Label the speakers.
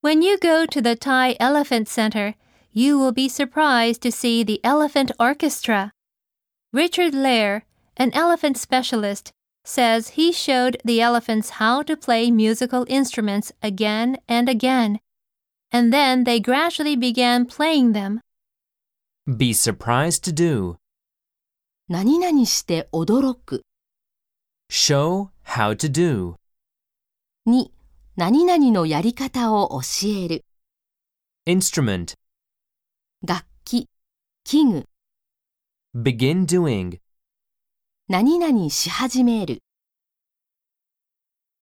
Speaker 1: When you go to the Thai Elephant Center, you will be surprised to see the Elephant Orchestra. Richard Lair, an elephant specialist, says he showed the elephants how to play musical instruments again and again, and then they gradually began playing them.
Speaker 2: Be surprised to do.
Speaker 3: 何々して驚く
Speaker 2: Show how to do.
Speaker 3: 2何々のやり方を教える
Speaker 2: Instrument.
Speaker 3: 楽器器具
Speaker 2: Begin doing.
Speaker 3: 何々し始める